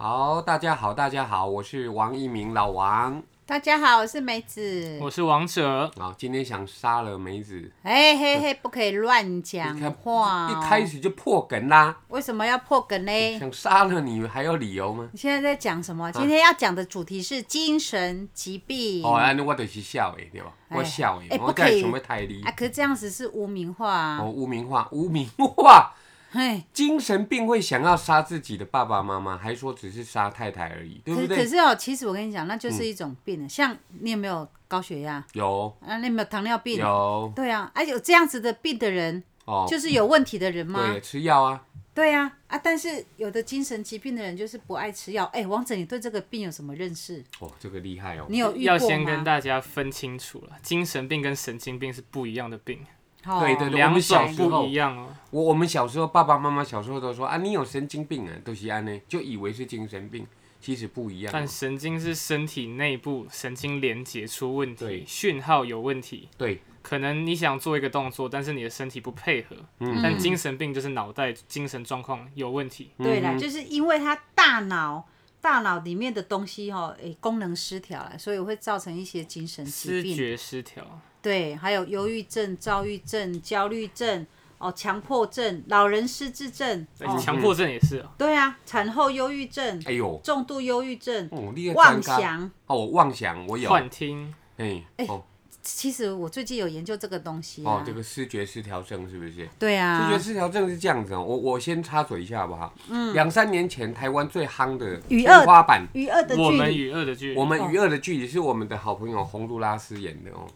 好，大家好，大家好，我是王一鸣，老王。大家好，我是梅子。我是王者，啊，今天想杀了梅子，哎嘿嘿，不可以乱讲一开话、哦。一开始就破梗啦，为什么要破梗呢？你想杀了你还有理由吗？现在在讲什么？今天要讲的主题是精神疾病。哦，安尼我就是笑诶，对吧？哎我笑诶哎，我不可以想要太厉啊，，可是这样子是污名化、啊。哦，污名化， 污名化，嘿，精神病会想要杀自己的爸爸妈妈，还说只是杀太太而已，对不可是可对？嗯是哦，其实我跟你讲，那就是一种病了。像你有没有高血压？有啊，你有没有糖尿病？。有对啊，啊，有这样子的病的人，哦，就是有问题的人吗？对，吃药啊，对啊，啊，但是有的精神疾病的人就是不爱吃药。哎、王者，你对这个病有什么认识？哦，这个厉害哦，你有遇过吗？要先跟大家分清楚了，精神病跟神经病是不一样的病，哦对对对我两们小种时候不一样哦。我我们小时候，爸爸妈妈小时候都说啊，你有神经病啊，都是安呢，就以为是精神病，其实不一样但哦。神经是身体内部神经连接出问对题，讯号有问题，对，可能你想做一个动作，但是你的身体不配合。嗯但精神病就是脑袋精神状况有问题，对啦，嗯就是因为他大脑大脑里面的东西哈、诶、功能失调了，所以会造成一些精神疾思病，哦觉失调，对，还有忧郁症、躁郁症、焦虑症、哦，强迫症、老人失智症，对哦，哎嗯强迫症也是哦。对啊，产后忧郁症、哎呦，重度忧郁症、哦，你也妄专家想。哦，妄想我有，幻听，哎，哦其实我最近有研究这个东西啊，哦，这个视觉失调症是不是？对视啊觉，失调症是这样子哦，我我先插嘴一下好不好？嗯，两三年前台湾最夯的与天恶花板，与恶的我距们离，与恶的距离我，们与恶的距离是我们的好朋友洪都拉斯演的哦。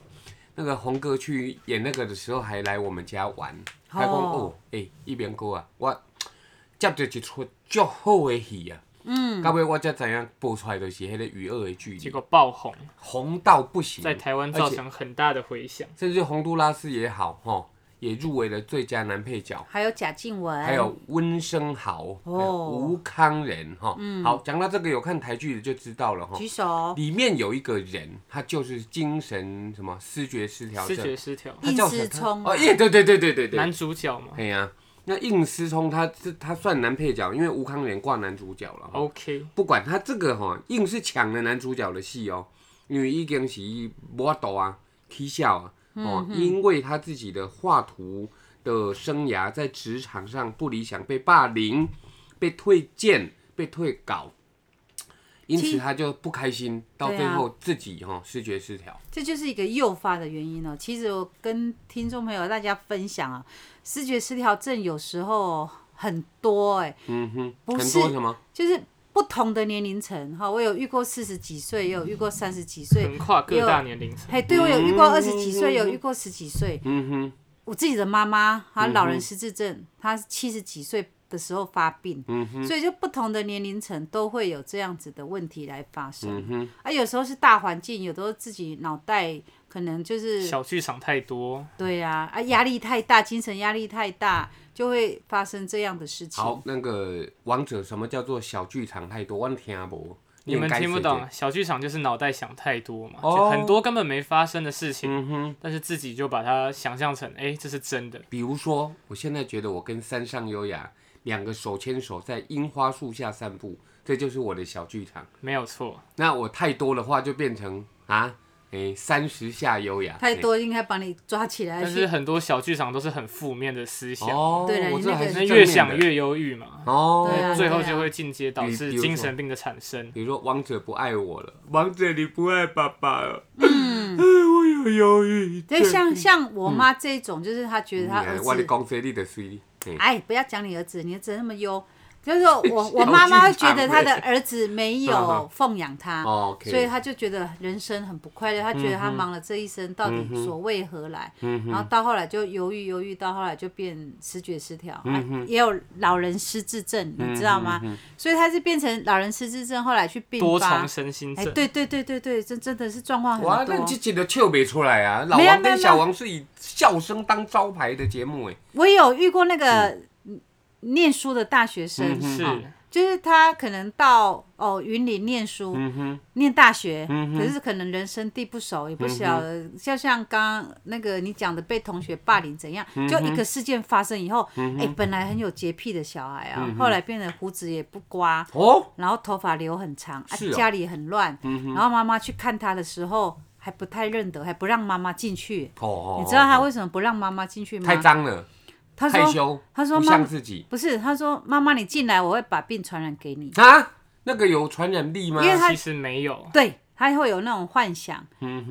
那个洪哥去演那个的时候，还来我们家玩，他讲哦哦，诶、一边哥啊，我接到一出足好的戏啊，嗯，到尾我才知影播出来就是迄个与恶的距结离，果爆红，红到不行，在台湾造成很大的回响。甚至洪都拉斯也好，吼，也入围了最佳男配角，还有贾静雯，还有温升豪、还哦有吴康仁，哈，好，讲到这个有看台剧的就知道了，哈，举哦手，里面有一个人，他就是精神什么失觉失调视觉症，失调，他叫什么应思聪哦，耶，对对对对对男对，主角嘛哎呀、那应思聪他是他算男配角，因为吴康仁挂男主角了。哦， ，OK，不管他这个哈，硬是抢了男主角的戏哦，因为已经是无法度啊，起笑啊，嗯哦，因为他自己的画图的生涯在职场上不理想，被霸凌，被退件，被退稿。因此其实他就不开心，到对啊最后自己哈、视觉失调。这就是一个诱发的原因哦。其实我跟听众朋友大家分享啊，视觉失调症有时候很多哎、嗯哼，不很是多什么就是不同的年龄层哈。我有遇过四十几岁，也有遇过三十几 岁，横跨各大年龄层。嘿，对我哦有遇过嗯二十几岁，有遇过十几岁。嗯哼，嗯我自己的妈妈，她老人失智症，她七十几岁的时候发病，嗯所以就不同的年龄层都会有这样子的问题来发嗯生。啊，有时候是大环境，有的时候自己脑袋可能就是小剧场太多，对呀、啊，压力太大，精神压力太大，就会发生这样的事情。好，那个王者什么叫做小剧场太多，我听不，你们应该听不是懂。啊小剧场就是脑袋想太多嘛，哦就很多根本没发生的事情，嗯哼，但是自己就把它想象成，哎、这是真的。比如说，我现在觉得我跟山上优雅两个手牵手在樱花树下散步，这就是我的小剧场。没有错，那我太多的话就变成啊，诶，三十下优雅太诶多应该把你抓起来但是去。很多小剧场都是很负面的思想，哦，对了我你这那还个是那正越面想的越忧郁嘛，哦，对啊最后就会进阶导比比致如精说神病的产生。比如说王者不爱我了，王者你不爱爸爸了，嗯，我有忧郁症。对，像像我妈这种，就是她觉得她儿嗯我的子，公司你的水，嘿哎，不要讲你儿子，你儿子那么优，就是说 我我妈妈会觉得她的儿子没有奉养她，嗯哦，OK，嗯所以她就觉得人生很不快乐，她觉得她忙了这一生到底所为何来，然后到后来就忧郁忧郁，到后来就变视觉失调，嗯哎也有老人失智症，你知道吗？所以她是变成老人失智症，后来去并多发重，身心哎，症，对对对对对，真真的是状况很哇，多那。这集都笑不出来啊！老没有王没有跟小王是以笑声当招牌的节目，哎，嗯我有遇过那个念书的大学生，是哦就是他可能到哦云林念书，嗯念大学，可是可能人生地不熟，也不晓得，嗯就像刚刚那个你讲的被同学霸凌怎样，嗯就一个事件发生以后，哎，本来很有洁癖的小孩嗯啊，后来变得胡子也不刮，哦，然后头发留很长，啊是哦嗯家里很乱，然后妈妈去看他的时候还不太认得，还不让妈妈进去。哦哦，你知道他哦为什么不让妈妈进去吗？太脏了，他害说羞，他说不妈像自己不是，他说妈妈你进来，我会把病传染给你。啊，那个有传染力吗？因为他其实没有，对，他会有那种幻想，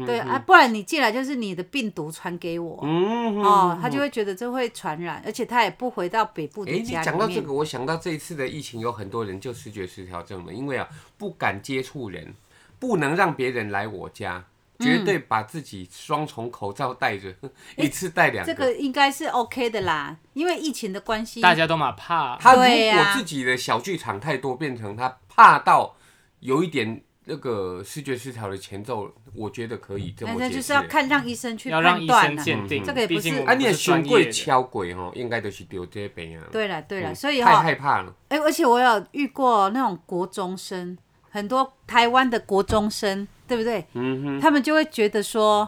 对啊，不然你进来就是你的病毒传给我，嗯，哦，他就会觉得这会传染，而且他也不回到北部哎，的你家讲里到这面。个，我想到这一次的疫情，有很多人就视觉失调症了，因为啊，不敢接触人，不能让别人来我家，绝对把自己双重口罩戴着， 一次戴两这个应该是 OK 的啦，因为疫情的关系，大家都嘛怕，他如对果呀自己的小剧场太多，变成他怕到有一点那个视觉失调的前奏，我觉得可以这那么那解就是释要。看让医生去要让判医断生啦。鉴嗯，定这个也不毕是竟我啊，们你不的是循专规业敲鬼吼，应该都是丢这边啊。对了对了，嗯所以太哈，害怕了，哎、而且我有遇过那种国中生，很多台湾的国中生，对不对？嗯他们就会觉得说，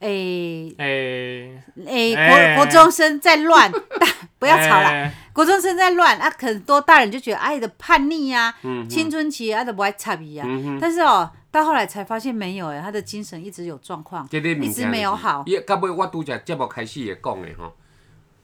哎、哎，哎、哎国国中生在 乱，大不要吵了。哎，国中生在乱啊，很多大人就觉得哎的叛逆呀、嗯青春期啊都不爱插鼻呀。但是哦，到后来才发现没有哎、他的精神一直有状况，这个物一件直没有好。也到尾我拄则节目开始也讲的吼，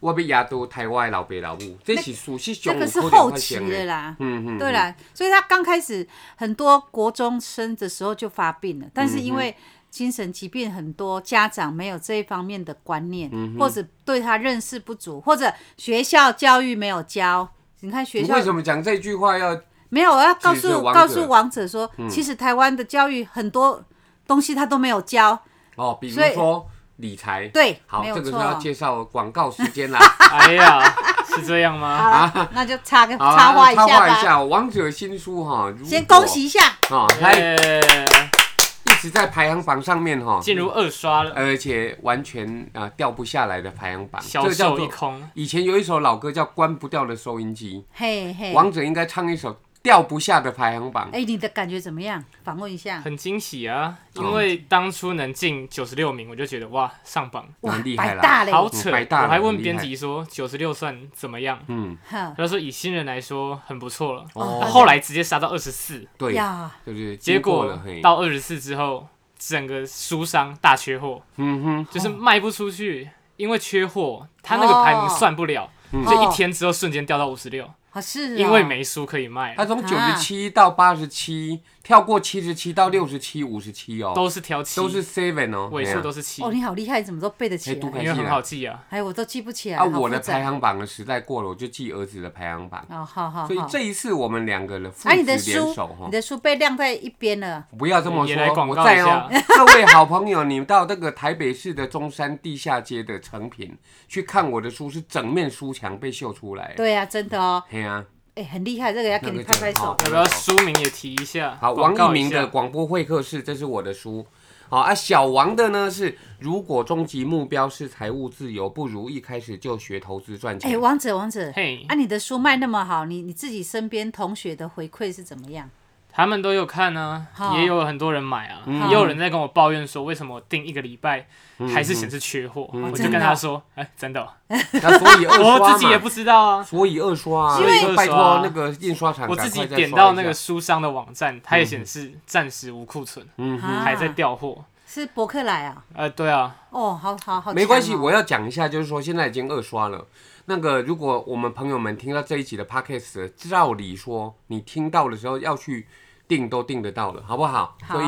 我要压倒台湾的老爸老母，这是事实这上个是有可能后发期生的的。啦，嗯嗯，对啦，所以他刚开始很多国中生的时候就发病了，但是因嗯为精神疾病，很多家长没有这一方面的观念，嗯或者对他认识不足，或者学校教育没有教。你看学你校为什么讲这句话要？没有，我要告指着诉王者嗯告诉王者说，其实台湾的教育很多东西他都没有教，哦，比如所以说理财，对，哎好，这没有个是错。啊要介绍广告时间 啦。哎呀，是这样吗？啊，那就插个好啊插话一插下话一吧，下，嗯王者新书哈，如果先恭喜一下，啊，他耶，一直在排行榜上面哈，进入二刷了，而且完全啊掉不下来的排行榜，这销个叫售一做空，以前有一首老歌叫《关不掉的收音机嘿》，嘿。王者应该唱一首掉不下的排行榜。哎，你的感觉怎么样？访问一下。很惊喜啊！嗯因为当初能进九十六名，我就觉得哇，上榜哇蛮，厉害白啦大嘞！好扯！百嗯大了我还很问厉编害辑说九十六算怎么样，嗯，哼他就说以新人来说很不错了。哦后来直接杀到二十四，对，呀，对对，结经过果了嘿，到二十四之后，整个书商大缺货，嗯哼，就是卖不出去，因为缺货，他那个哦排名算不了，嗯所以一天之后瞬间掉到五十六，哦啊好是哦，因为没书可以卖他了，从九啊十七到八十七，跳过七十七到六十七、五十七哦，都是挑七，都是 seven 哦，尾嘿数啊都是七哦，，你好厉害，怎么都背得起哎读来？开因为很好记啊。哎，我都记不起来。啊，好我的复杂排行榜的时代过了，我就记儿子的排行榜。哦，好好所以好。这一次我们两个人父啊，子你的联书手哈，你的书被晾在一边了。不要这么也来说，广我告在一哦下。 各位好朋友，你们到那个台北市的中山地下街的成品去看我的书，是整面书墙被秀出来。，对啊，真的哦，嘿啊，哎，很厉害，这个要给哎那个你拍拍就手好。要不要书名也提一下？好，广王告一一鸣的下广播会客室，这是我的书。好啊，小王的呢是，如果终极目标是财务自由，不如一开始就学投资赚哎，钱。王者王者，嘿啊，你的书卖那么好，你你自己身边同学的回馈是怎么样？他们都有看啊好，也有很多人买啊，嗯也有人在跟我抱怨说，为什么我订一个礼拜嗯还是显示缺货？哦我就真的跟哦他说，哎、真的哦、那所以二刷嘛， 我自己也不知道啊，所以二刷啊，因为拜二刷托啊那个印刷厂，我赶自己快再点刷到一那下嗯个书商的网站，它也显示暂时无库存，啊嗯还在调货。是博客来啊？呃，对啊，哦，好好好，没关系，强哦我要讲一下，就是说现在已经二刷了。那个，如果我们朋友们听到这一集的 podcast，照理说你听到的时候要去订都订得到了，好不好？好所以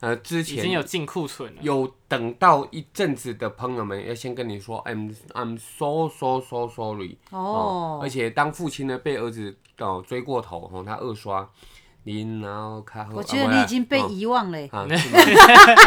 呃，之已经前有进库存了。有等到一阵子的朋友们，要先跟你说，I'm I'm so so so sorry 哦而且当父亲呢，被儿子哦追过头，哦，他二刷，你然后看，我觉得你已经被啊遗忘了欸。啊，是吗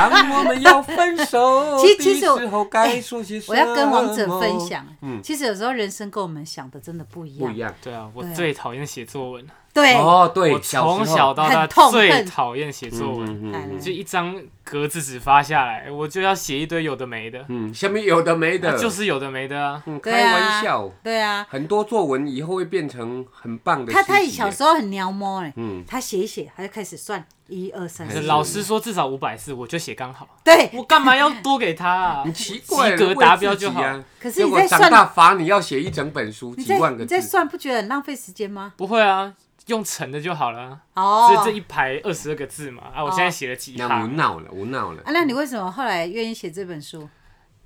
当我们要分手 其其实的我哎时候，该说些什我么？要跟王者分享，其实有时候人生跟我们想的真的不嗯一不样一。样。对啊，我对啊最讨厌写作文了，对，哦，对我，从时候小到大很痛最恨讨厌写作文，嗯来来就一张格子纸发下来，我就要写一堆有的没的，哎嗯，下面有的没的，啊就是有的没的啊。嗯对开啊玩笑，对啊，很多作文以后会变成很棒的。他他小时候很娘摸哎、嗯他写一写，他就开始算一二三还四是，老师说至少五百字，我就写刚好，对，我干嘛要多给他 啊？很奇怪，及格为达自标己就好啊可是结你果在长算大罚你要写一整本书，你几在万个你字在。算，不觉得很浪费时间吗？不会啊，用乘的就好了。啊哦，这这一排二十二个字嘛，啊，我现在写了几那我行，闹了，我闹了啊，。那你为什么后来愿意写这本书？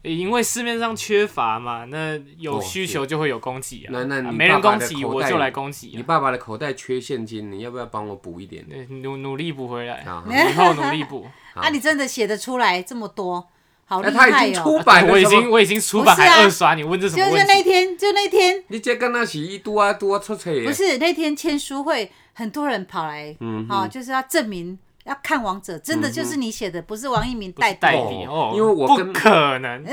因为市面上缺乏嘛，那哦有需求就会有供给啊。那那你啊没人爸爸供的给，口我袋就里来供给你啊。爸爸的口袋缺现金，你要不要帮我补一点？对努努力补回来啊，以后努力 补。好啊，你真的写得出来这么多，好那厉他害已经哦！出版了， 我已怎么经我已经出版不是啊还二刷，你问这什就么就问那题？天，就那天，你这跟他是一多啊多出差，不是那天签书会，很多人跑来，嗯哦，就是要证明要看王者，真的就是你写的，不是王一鸣带代的。理哦哦，因为我跟不可 能，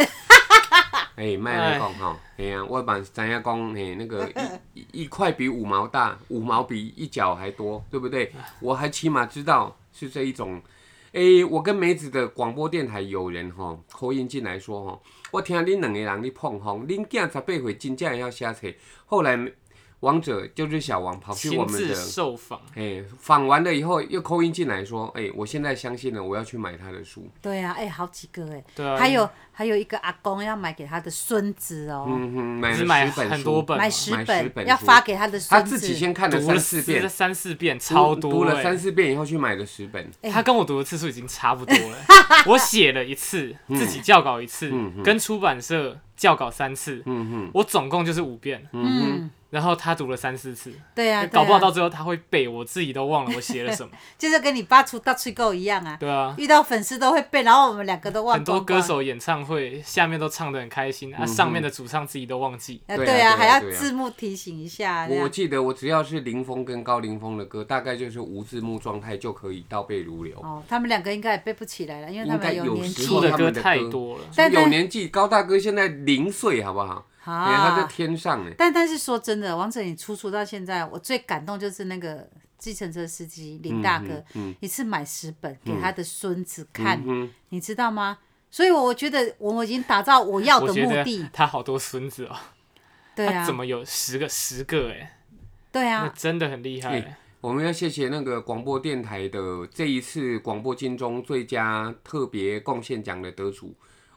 哎，卖来讲哈，哎呀，我把咱家讲，哎，那 个一一一块比五毛大，五毛比一角还多，对不对？哎我还起码知道是这一种。哎，我跟梅子的广播电台有人吼口音进来说吼，我听恁两个人咧碰风，恁囝十八岁真正会晓写册。后来王者就是小王跑去我亲们自的受访。哎，访完了以后又扣音进来说，哎，我现在相信了，我要去买他的书。对啊，哎，好几个哎，对啊，还有还有一个阿公要买给他的孙子哦，嗯哼，买只了买十本很书多本嘛，买十买十本本要发书给他的他孙自己子。先看了读了三四遍，四三四遍，读超多读了欸三四遍以后去买了十本，哎他跟我读的次数已经差不 多了。我写了一次，嗯自己校稿一次，跟出版社校稿三次，嗯我总共就是五遍。嗯，然后他读了三四次，对啊，对啊哎搞不好到最后他会背，我自己都忘了我写了什 么。就是跟你爸出大吹够一样啊，对啊，遇到粉丝都会背，然后我们两个都忘很多光光歌手演唱会下面都唱得很开嗯心，啊，上面的主唱自己都忘记。啊，对啊对啊，对啊还要对啊字幕提醒一下，哼，这我我样记得我只要是林峰跟高凌风的歌，大概就是无字幕状态就可以倒背如流。哦，他们两个应该也背不起来了，因为他应该们有年时纪候出的他们的太歌多了，但有但年纪，高大哥现在零岁，好不好？哎、他在啊。天上欸呢。但但是说真的，王者你出出到现在，我最感动就是那个计程车司机林大哥，一次买十本给他的孙子看，嗯你知道吗？所以我，我觉得我已经达到我要我的觉目得的，他好多孙子哦，对他啊怎，么有十个十个哎，对那啊，真的很厉害哎。我们要谢谢那个广播电台的这一次广播金钟最佳特别贡献奖的得主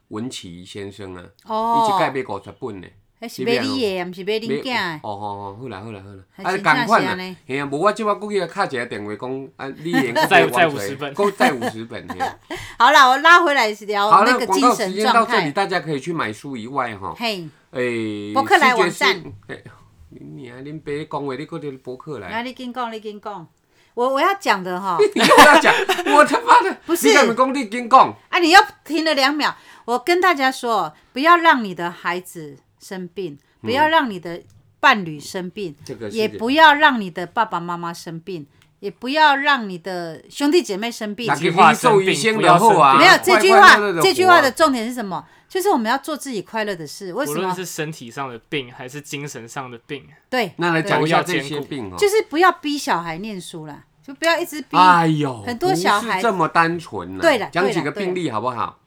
文琪先生啊，一直盖哦，被五十本呢。还是买你的，不是买要恁囝哦哦哦，好啦好啦好啦，还啊，真正共款是啦安尼，嘿啊，无我即摆过去啊，敲一个电话讲，啊，你 演再再50本够再五十本。嘿的。好啦，我拉回来聊好，哦那那个广精告时神间到状这里，态。大家可以去买书以外，哈，嘿，诶，博客来网站视觉是，嘿你娘，恁爸讲话，你搁伫博客那来，你跟讲，你跟讲，我我要讲的哈， 你又要讲， 我他妈的，不是你敢不讲你紧讲，啊，你又停了两秒。我跟大家说，不要让你的孩子生病，不要让你的伴侣生病，嗯这个是也不要让你的爸爸妈妈生病，也不要让你的兄弟姐妹生病那。给句话你生咒病语先不要然后啊，生没有快这句快话乐乐地，这句活话啊的重点是什么？就是我们要做自己快乐的事。为无什论么？是身体上的病还是精神上的病，对，那来讲一都下要这兼些顾病哦。就是不要逼小孩念书啦，就不要一直逼。哎呦，很多小不孩是这么单纯呢、啊对了讲对几了个对病了例好不好？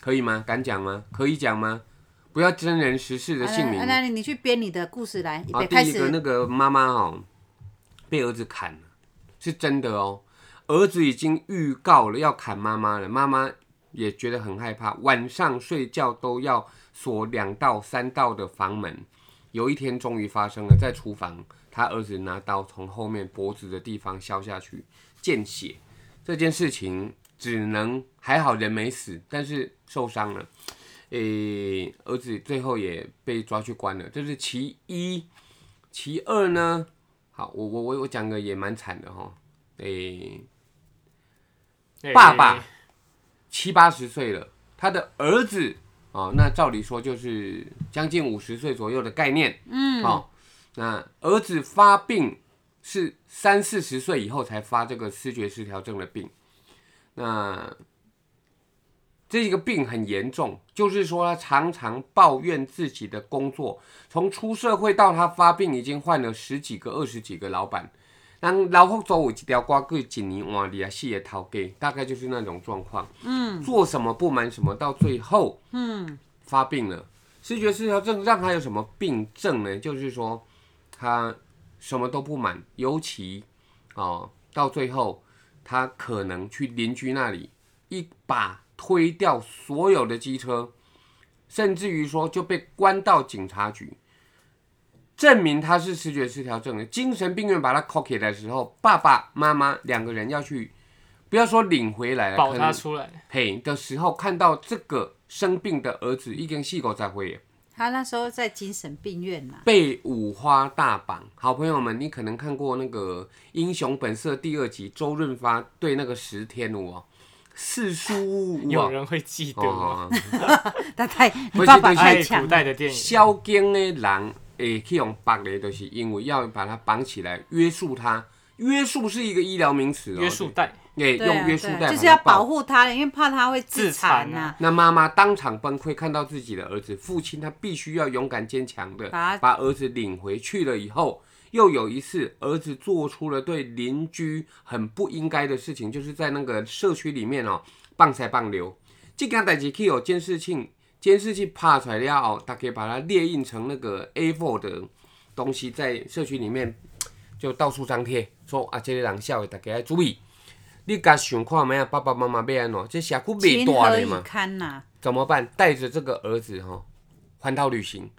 可以吗？敢讲吗？可以讲吗？不要真人实事的啊姓名。那那你你去编你的故事来，啊，第开一个始那个妈妈哦，被儿子砍了，是真的哦。儿子已经预告了要砍妈妈了，妈妈也觉得很害怕，晚上睡觉都要锁两到三道的房门。有一天终于发生了，在厨房，他儿子拿刀从后面脖子的地方削下去，见血。这件事情只能还好人没死，但是受伤了。诶、儿子最后也被抓去关了，这是其一。其二呢，好，我我我我讲个也蛮惨的哈，诶、哎爸爸七八十岁了，他的儿子哦，那照理说就是将近五十岁左右的概念，嗯，哦，那儿子发病是三四十岁以后才发这个视觉失调症的病，那这个病很严重，就是说他常常抱怨自己的工作，从出社会到他发病已经换了十几个、二十几个老板，咱老福州有一条歌叫“一年换二啊四个头家”，大概就是那种状况。嗯，做什么不满什么，到最后，嗯，发病了。视觉失调症让他有什么病症呢？就是说他什么都不满，尤其哦，到最后他可能去邻居那里一把推掉所有的机车，甚至于说就被关到警察局。证明他是视觉失调症的精神病院，把他铐起来的时候，爸爸妈妈两个人要去，不要说领回来了，保可他能出来，嘿的时候，看到这个生病的儿子已经细狗在会他那时候在精神病院 呐、被五花大绑。好朋友们，你可能看过那个《英雄本色》第二集，周润发对那个石天武哦，四叔屋有哦人会记得吗？哦，他太不你是爸爸对太爱强古了，代的电影，萧经的人诶去用绑的，就是因为要把他绑起来，约束他。约束是一个医疗名词哦，约束带，也对啊用约束带对啊，就是把要他抱保护他，因为怕他会自自残残啊呐、那妈妈当场崩溃，看到自己的儿子，父亲他必须要勇敢坚强的把他把儿子领回去了以后，又有一次儿子做出了对邻居很不应该的事情，就是在那个社区里面哦，棒菜棒流，这件代志去有监视器，监视器拍出来了后，大概把它列印成那个 A4 的东西，在社区里面就到处张贴，说啊，这个人笑的，大家要注意。你家想看咩啊？爸爸妈妈要安怎？这社区袂情大何咧以嘛？堪呐、啊怎么办？带着这个儿子哈、环岛旅行。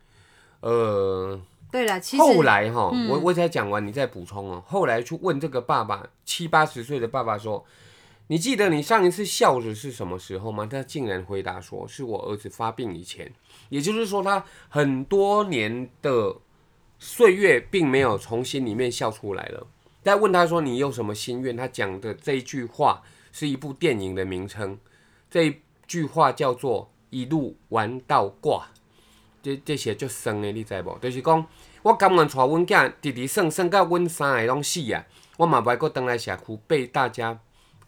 呃，对了，其实嗯后来哈、我我才讲完，你再补充哦。后来去问这个爸爸，七八十岁的爸爸说：“你记得你上一次笑着是什么时候吗？”他竟然回答说：“是我儿子发病以前。”也就是说，他很多年的岁月并没有从心里面笑出来了。再问他说：“你有什么心愿？”他讲的这一句话是一部电影的名称，这一句话叫做“一路玩到挂”。这这些足酸的，你知无？就是讲，我甘愿带阮囝直直算算到阮三个拢死啊，我嘛不爱搁倒来社区被大家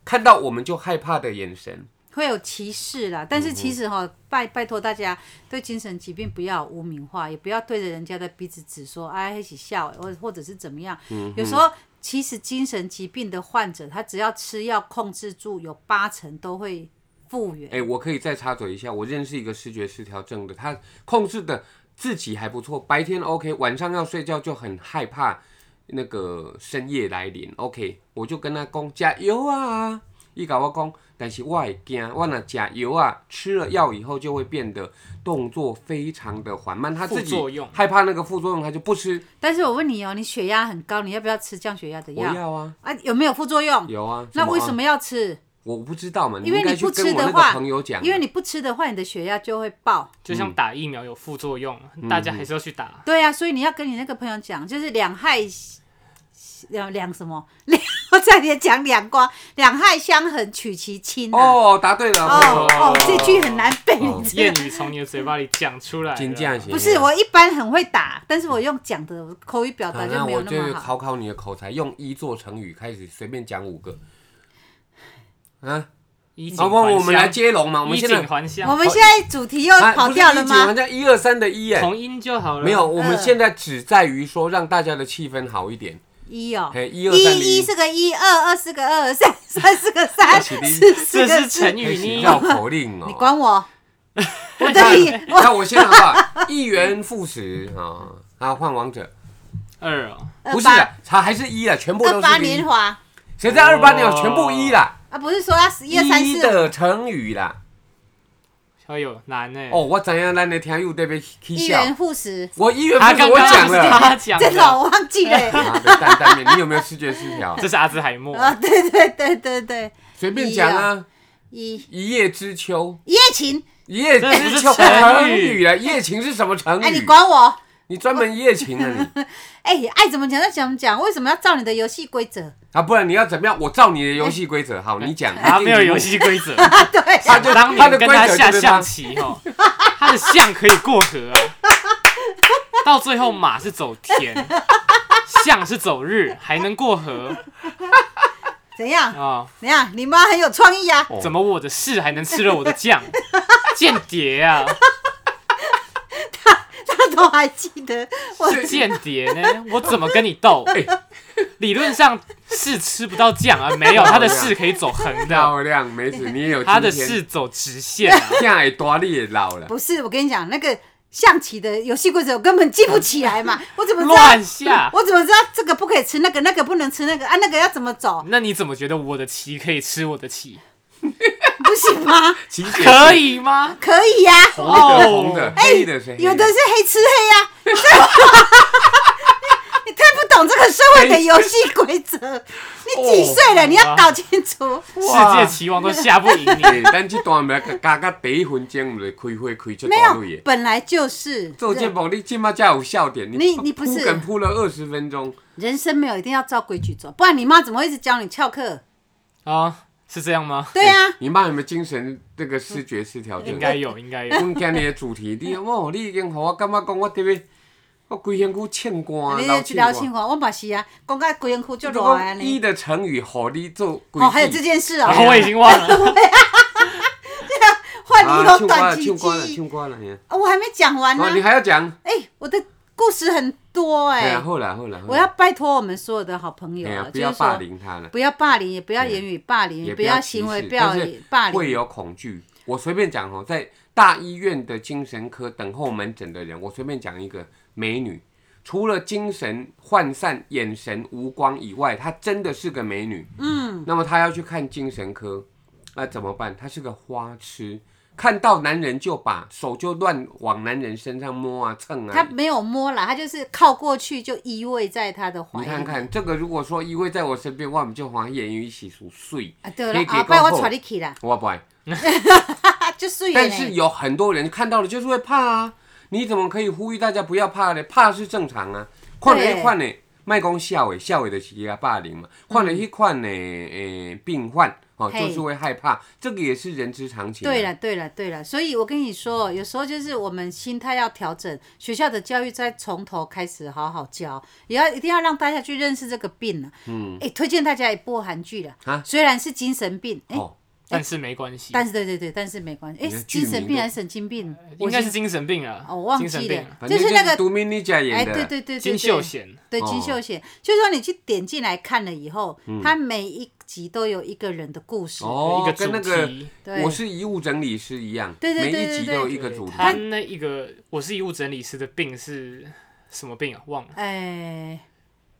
看到我们就害怕的眼神。会有歧视啦，但嗯是其实哈、拜拜托大家对精神疾病不要污名化，也不要对着人家的鼻子指说哎一起笑，或或者是怎么样。嗯有时候其实精神疾病的患者，他只要吃药控制住，有八成都会复原。哎、我可以再插嘴一下，我认识一个视觉失调症的，他控制的自己还不错，白天 OK，晚上要睡觉就很害怕那个深夜来临。OK，我就跟他讲加油啊，伊甲我讲，但是我会惊，我若加油啊，吃了药以后就会变得动作非常的缓慢，他自己副作用害怕那个副作用，他就不吃。但是我问你哦，你血压很高，你要不要吃降血压的我药要啊，啊？有没有副作用？有啊，那为什啊？么要吃？我不知道嘛，因为应该你去不跟吃我那的个话朋友讲，啊因为你不吃的话，你的血压就会爆。就像打疫苗有副作用，嗯大家还是要去打。对呀、啊所以你要跟你那个朋友讲，就是两害两两什么 两，我差点讲两光，两害相衡取其轻、啊。哦，答对了，朋友哦哦这句很难背，嗯你知道谚语从你的嘴巴里讲出来了，真正不是我一般很会打，但是我用讲的我口语表达啊就那没我有那就么好。考考你的口才，用一做成语，开始随便讲五个。啊，衣锦好还不，我们来乡，接龙嘛。我们衣现在锦还乡我，们现在主题又啊跑掉了不吗？是一二三的一哎，同音就好了。没有，，我们嗯现在只在于说让大家的气氛好一点。一哦，嘿，一二三的一一是个一，二二是个二，三三是个三，是四的是这个是四成。开语，始你绕口令你哦。管我？我对你，我那我先好不好？一元复始啊，啊，换王者二哦，二不是八啊，他还是一啊，全部二都八是年一。华谁在二八年哦全部一啦？啊，不是说要十一二三一四五哦的成语啦。哎呦难哎。哦，我怎样让你听友对不起一笑？元复始，我一元他复始，刚我刚讲不是了。他讲这个的，我忘记 了。啊，对担担面，你有没有视觉失 调？这是阿兹海默。啊，对对对对对，随便讲啊，一一叶知秋，一夜情，一叶这是知秋成成语语啊，一夜情是什么成哎，语你？管我，你专门一夜情啊 你？哎，爱怎么讲就怎么讲，为什么要照你的游戏规则？啊，不然你要怎么样？我照你的游戏规则，好，你讲。 他你没定有义游，戏规则，啊对， 他就当他的规年跟他则下就是他象。棋哦，他的象可以过河啊，到最后马是走田，象是走日，还能过河怎样啊、哦怎样，你妈很有创意啊！怎么我的士还能吃了我的酱？间谍啊，她都还记得我，间谍呢？我怎么跟你斗？哎理论上是吃不到酱啊，没有，他的是可以走横的，漂亮，梅子，你也有他的今天是走直线啊。 现在大力也老 了，不是，我跟你讲，那个象棋的游戏规则我根本记不起来嘛，我怎么知道？乱下我怎么知道这个不可以吃那个，那个不能吃那个啊？那个要怎么走？那你怎么觉得我的棋可以吃我的棋？不行吗？其实可以哦吗？可以呀、红的红的哦，黑的是黑哎有的是黑吃黑呀、 你这你太不懂这个社会的游戏规 则，哦你几岁了？你要搞清楚。世界棋王都下不赢你。欸咱这段咪加到第一分钟就开会开出没大类有的，。本来就是做节人目你今麦才有笑点，你你不铺是梗铺了二十分钟，人生没有一定要照规矩走，不然你妈怎么会一直教你翘课？ 啊，是这样吗？对呀、啊，哎嗯你妈有没有精神这个视觉失调症？应该有，应该有我。们今日的主题，你哇，你已经互我感觉讲我特别，我规身躯欠汗，你哎老去聊欠清汗。楚，我嘛是啊，讲到规身躯就就热啊讲伊你。的成语，互你做规矩。哦，还有这件事然啊哦，后啊我已经 忘了，换你啊，有唱歌短了，期唱记歌了，忆唱歌了，嘿。啊，我还没讲完呢哦，。你还要讲？哎，我的故事很多哎哎呀，，后来后来，好啦我要拜托我们所有的好朋友哎呀啊，，不就要是霸说凌他 了，不要霸凌，也不要言语霸凌，啊也不要歧行为视霸但是凌霸会凌。有恐惧。我随便讲哦，在大医院的精神科等候门诊的人，我随便讲一个美女，除了精神涣散、眼神无光以外，她真的是个美女。嗯，那么她要去看精神科，那怎么办？她是个花痴，看到男人就把手就乱往男人身上摸啊、蹭啊。他没有摸啦，他就是靠过去就依偎在他的怀你里。看看这个，如果说依偎在我身边，我们就欢喜言语洗漱睡，啊，对可了以，给啊，不然过我后带你去 啦，我不爱。啊，就睡了但是呢。有很多人看到了就是会怕啊，你怎么可以呼吁大家不要怕呢？怕是正常啊，看了一款呢，卖讲笑诶，笑诶就是伊个霸凌嘛，看了一款呢，诶、病患哦，嗯嘿就是会害怕，这个也是人之常情、啊。对了，对了，对了，所以我跟你说，有时候就是我们心态要调整，学校的教育再从头开始好好教，也要一定要让大家去认识这个病了。嗯，哎，推荐大家一部韩剧了，啊虽然是精神病，哎，哦，但是没关系，但是对对对，但是没关系，哎，你的是剧精神名都病还是神经病？应该我是精神病啊，哦我忘精神记病了，反就正是那个独明妮家哎，演的，对对对，对金秀，贤哦对对金秀贤，就是说你去点进来看了以后，嗯他每一集都有一个人的故事，哦一个，跟那主个题，对我是遗物整理师一样，对对对每一集都有一个主题。他那一个我是遗物整理师的病是什么病啊？忘了，哎，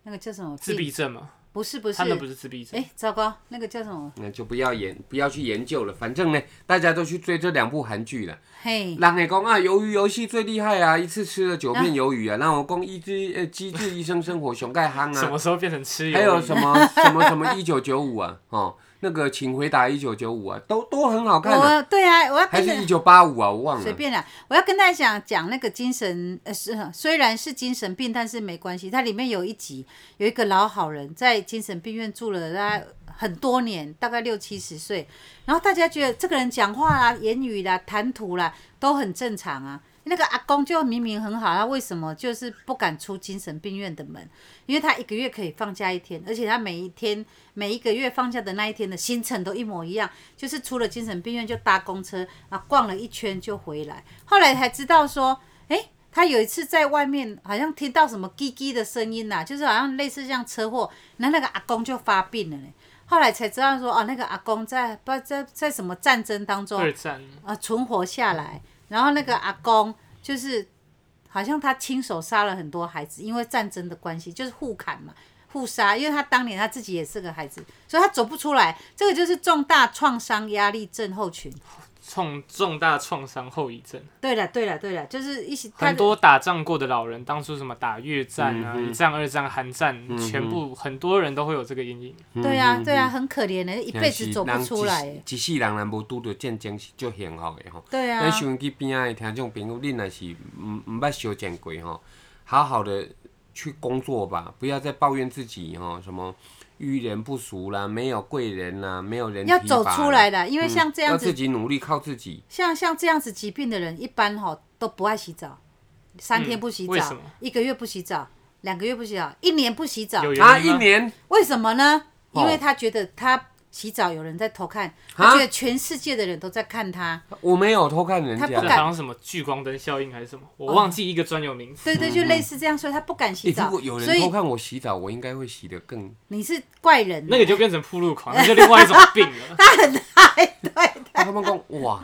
那个叫什么？自闭？症吗？不是不是他，那不是自闭症，哎，糟糕，那个叫什么？那就不要研，不要去研究了。反正呢，大家都去追这两部韩剧了。嘿，人会讲啊，鱿鱼游戏最厉害啊，一次吃了九片鱿鱼啊。那我讲一只呃机智医生生活熊盖夯什啊，么时候变成吃油？还有什么什么什么一九九五啊，哦，那个请回答一九九五啊，都都很好看啊，我对啊，我要还跟是一着九八五啊，我忘随了。便啦，我要跟大家讲讲那个精神，呃，是虽然是精神病，但是没关系。它里面有一集有一个老好人在精神病院住了大概很多年，大概六七十岁，然后大家觉得这个人讲话啦、言语啦、谈吐啦都很正常啊。那个阿公就明明很好，他为什么就是不敢出精神病院的门？因为他一个月可以放假一天，而且他每一天每一个月放假的那一天的行程都一模一样，就是出了精神病院就搭公车啊，逛了一圈就回来。后来才知道说，诶，他有一次在外面好像听到什么叽叽的声音呐、啊就是好像类似像车祸，那那个阿公就发病了嘞。后来才知道说，哦，那个阿公在不知道在在什么战争当 中二战啊存活下来，然后那个阿公就是好像他亲手杀了很多孩子，因为战争的关系，就是互砍嘛，互杀。因为他当年他自己也是个孩子，所以他走不出来。这个就是重大创伤压力症候群。重重大创伤后遗症，对了，对了，对了，就是一些他很多打仗过的老人，当初什么打越战啊、一战、二战、韩战，全部很多人都会有这个阴影。对嗯啊，对啊，很可怜的，一辈子走不出来人耶。一世人若无拄着战争是足幸福的吼。对啊咱，收音机边仔的听众朋友，恁若是毋毋捌小见过吼，好好的去工作吧，不要再抱怨自己吼什么遇人不淑啦，没有贵人啦，没有人要提走拔嗯出啦来的，因为像这样要子自己努力，靠自己。像像这样子疾病的人，一般吼都不爱洗澡，三嗯天不洗为澡，什么一个月不洗澡，两个月不洗澡，一年不洗澡，有原啊，因一吗？年为什么呢？哦因为他觉得他洗澡有人在偷看，啊他觉得全世界的人都在看他，我没有偷看人他家哎不这敢好像什么聚光灯效应还是什么，哦我忘记一个专有名词。对对，嗯就类似这样，所以他不敢洗欸澡如果有，所人偷以看我洗澡，我应该会洗得更你是怪人，那个就变成铺 路狂，那就另外一种病了。他很嗨，对。他们讲哇，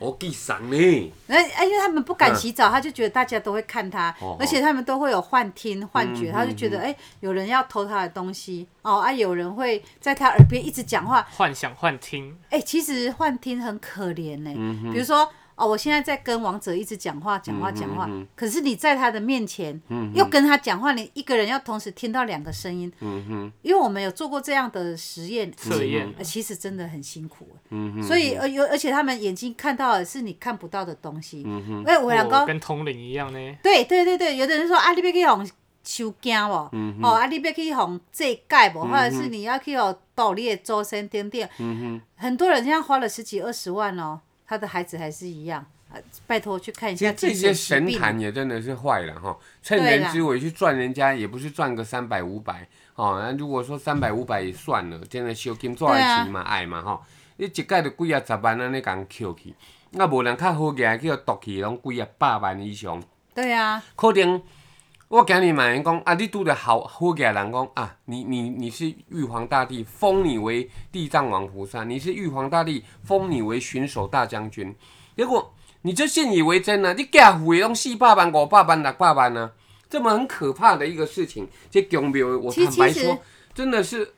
我记上呢，那哎，因为他们不敢洗澡，他就觉得大家都会看他嗯哦，嗯而且他们都会有幻听、幻觉，他就觉得哎，有人要偷他的东西哦，啊，有人会在他耳边一直讲话。幻想、幻听，哎，其实幻听很可怜嗯呢，比如说。哦，我现在在跟王者一直讲话，讲话，讲嗯话。可是你在他的面前，又跟他讲话，你一个人要同时听到两个声音。因为我们有做过这样的实验嗯测验嗯呃其实真的很辛苦。所以而有而且他们眼睛看到的是你看不到的东西。嗯哎，我两哦个跟通灵一样呢。对对对对，有的人说啊，你要去红收惊无，嗯哦，啊，你要去红这盖无，或者是你要去哦倒你的周身点点。嗯很多人现在花了十几二十万哦，他的孩子还是一样。啊拜托去看一其下实这精些神疾神病。坛也真的是坏了哈，趁对人啦之危去赚人家，也不是赚个三百五百哦。那如果说三百五百也算了，真的小金做来啊钱嘛爱嘛吼，你一届就几啊十万安尼共扣去，啊无人较好个去互毒去，拢几啊百万以上。对啊，可能我今日嘛人讲啊，你拄着好好嘅人讲啊，你你你是玉皇大帝封你为地藏王菩萨，你是玉皇大帝封你为巡守大将军，结果你就信以为真啊，你假虎也用四百万、五百万、六百万呢、啊，这么很可怕的一个事情，这公庙我其坦白其实说，真的是，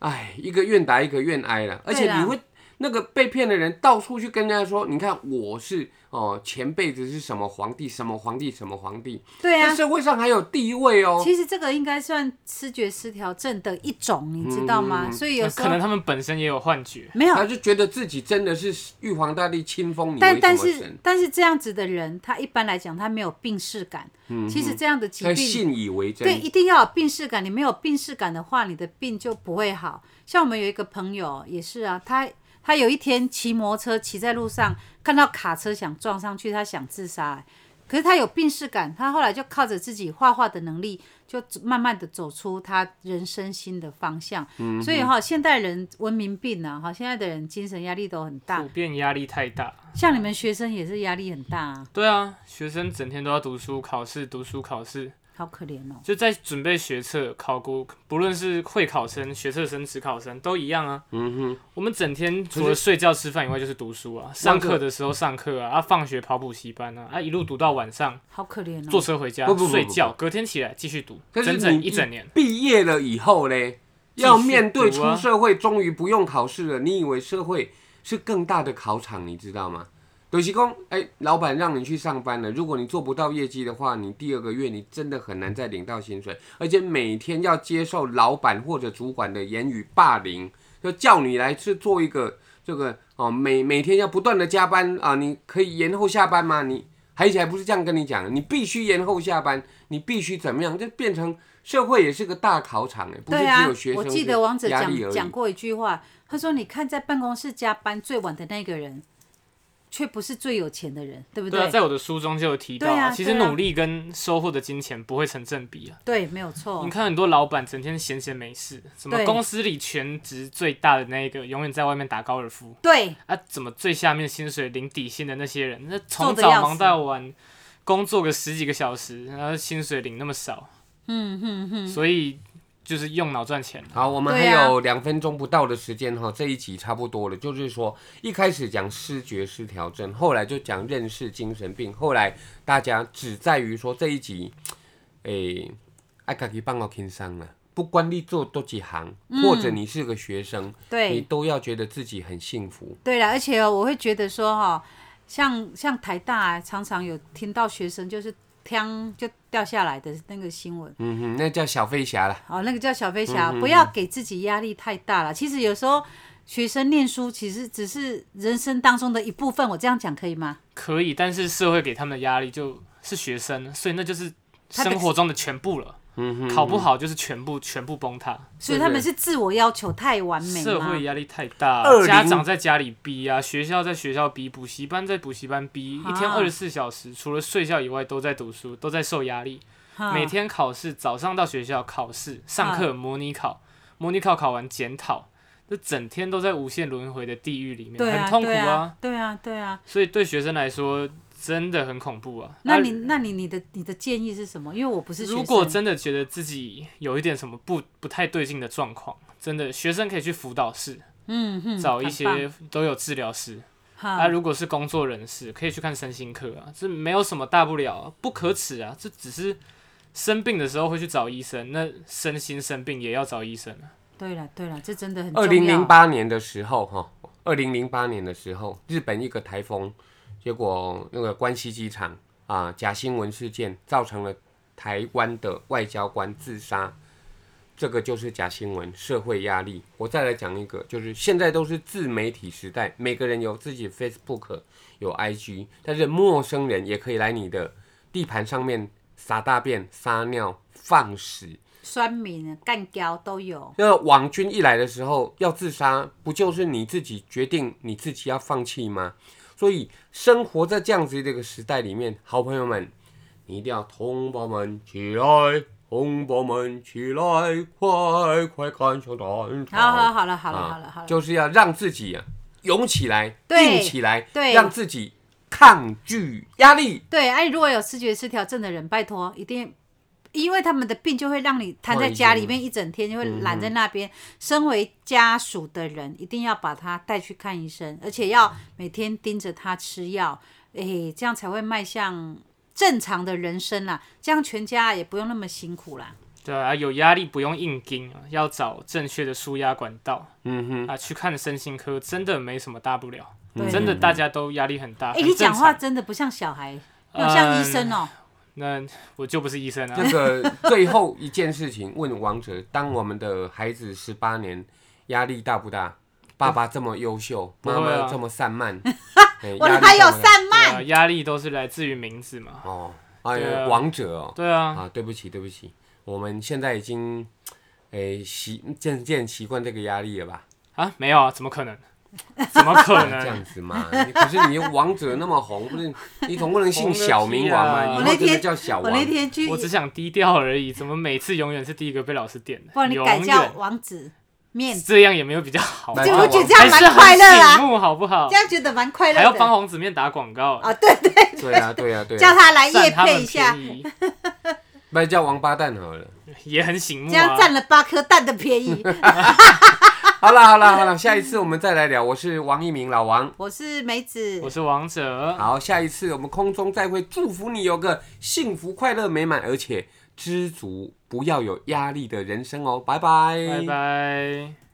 哎，一个愿打一个愿挨了，而且对啦你会。那个被骗的人到处去跟人家说，你看我是哦、前辈子是什么皇帝，什么皇帝，什么皇帝，对啊在。社会上还有地位哦。其实这个应该算视觉失调症的一种，你知道嗯吗？所以有时可候能他们本身也有幻觉，没有他，就觉得自己真的是玉皇大帝亲封你为但什但么是神，但是这样子的人，他一般来讲他没有病视感。其实这样的疾他嗯病，信以为真对，。一定要有病视感。你没有病视感的话，你的病就不会好。像我们有一个朋友也是啊，他他有一天骑摩托车骑在路上，看到卡车想撞上去，他想自杀、欸可是他有病视感，他后来就靠着自己画画的能力，就慢慢的走出他人生新的方向。所以哈、现代人文明病啊，哈，现在的人精神压力都很大普，遍压力太大。像你们学生也是压力很大啊，对啊，学生整天都要读书、考试、读书、考试，好可怜哦。就在准备学测、考估，不论是会考生、学测生、职考生都一样啊。嗯哼，我们整天除了睡觉、吃饭以外，就是读书啊。上课的时候上课啊，啊，放学跑补习班啊，啊，一路读到晚上，好可怜坐哦！车回家嗯不不不不睡觉，隔天起来继续读，但是整你整一整年。毕业了以后嘞，继续要面对读出啊社会，终于不用考试了。你以为社会是更大的考场，你知道吗？有些工，哎，老板让你去上班了，如果你做不到业绩的话，你第二个月你真的很难再领到薪水，而且每天要接受老板或者主管的言语霸凌，就叫你来去做一个这个哦，每每天要不断的加班啊，你可以延后下班吗？你而且还不是这样跟你讲的，你必须延后下班，你必须怎么样，就变成社会也是个大考场哎、不是对啊只有学，我生记是得王者压力讲而已讲过一句话，他说：“你看，在办公室加班最晚的那个人，却不是最有钱的人，对不对啊，在我的书中就有提到、对啊其实对啊努力跟收获的金钱不会成正比啊。对没有错你。看很多老板整天闲闲没事，什么哦对公司里全职最大的那一个，永远在外面打高尔夫对，啊，怎么最下面薪水领底薪的那些人，那从做得早要忙死到晚，工作个十几个小时，然后薪水领那么少，嗯哼哼，所以就是用脑赚钱啊。好，我们还对啊有两分钟不到的时间哈，这一集差不多了。就是说，一开始讲视觉失调症，后来就讲认识精神病，后来大家只在于说这一集，诶、爱家己放我轻松了。不管你做多几行，嗯或者你是个学生，你对，都要觉得自己很幸福。对了，而且、哦、我会觉得说、哈，像像台大、啊、常常有听到学生就是锵就掉下来的那个新闻，嗯哼，那叫小飞侠啦。哦，那个叫小飞嗯侠，不要给自己压力太大了。其实有时候学生念书其实只是人生当中的一部分，我这样讲可以吗？可以，但是社会给他们的压力就是学生，所以那就是他的生活中的全部了。考不好就是全部全部崩塌，所以他们是自我要求太完美社吗会？压力太大20，家长在家里逼啊，学校在学校逼，补习班在补习班逼，啊一天二十四小时，除了睡觉以外都在读书，都在受压力。哈每天考试，早上到学校考试，上课模拟考，模拟考考完检讨，就整天都在无限轮回的地狱里面，对啊，很痛苦对啊，对啊，对啊。所以对学生来说真的很恐怖啊。那啊你，那你，你的你的建议是什么？因为我不是学如果生真的觉得自己有一点什么不不太对劲的状况，真的学生可以去辅导室嗯哼，找一很棒些都有治疗师。啊，哈，如果是工作人士，可以去看身心科啊，这没有什么大不了啊、不可耻啊，这只是生病的时候会去找医生，那身心生病也要找医生啊。对了对了，这真的很重二要。零零八年的时候，哈，二零零八年的时候，日本一个台风，结果那个关西机场啊，假新闻事件造成了台湾的外交官自杀，这个就是假新闻，社会压力。我再来讲一个，就是现在都是自媒体时代，每个人有自己 Facebook 有 IG，但是陌生人也可以来你的地盘上面撒大便、撒尿、放屎。酸民、干胶都有，那网军一来的时候要自杀，不就是你自己决定你自己要放弃吗？所以生活在这样子的一个时代里面，好朋友们，你一定要同胞们起来，同胞们起来，快快看向前台！好好好了好了啊好了好了，就是要让自己啊涌起来，对硬起来，对让自己抗拒压力。对，哎、如果有视觉失调症的人，拜托一定，因为他们的病就会让你瘫在家里面一整天，就会嗯懒在那边。身为家属的人，一定要把他带去看医生，而且要每天盯着他吃药，哎、这样才会迈向正常的人生啦。这样全家也不用那么辛苦啦。对啊，有压力不用硬盯啊，要找正确的舒压管道。嗯哼，嗯啊，去看身心科真的没什么大不了，对真的大家都压力很大。哎、啊很你讲正话常，呃真的不像小孩，有像医生哦、那我就不是医生 啊。这个最后一件事情，问王者：当我们的孩子十八年，压力大不大？爸爸这么优秀，不会妈啊妈这么散 漫，哎我压力哪有大不大散漫？对啊压力都是来自于名字嘛。哦，哎对呀，啊王者哦，对啊，啊，对不起，对不起，我们现在已经，哎，习渐渐习惯这个压力了吧？啊没有啊，怎么可能？怎么可啊这样能？子嘛，你可是你王者那么红，不是你总不能姓小明王嘛？红以后我个屁啊那真的天叫小我王。那天去， 我只想低调而已，怎么每次永远是第一个被老师点的？不然你永改叫远王子面， 这样也没有比较好吧，这我觉得这样蛮快乐啊还是很醒目好不好这？样觉得蛮快乐还的。要帮红子面打广告，啊，对对，对啊，对啊，对叫啊，他来夜占他配们一下便，宜不然叫王八蛋好了。也很醒目这样啊。占了八颗蛋的便宜。 好了好了好了，下一次我们再来聊。我是王一鸣，老王。我是梅子我，是王者，好，下一次我们空中再会，祝福你有个幸福、快乐、美满，而且知足，不要有压力的人生哦。拜拜，拜拜。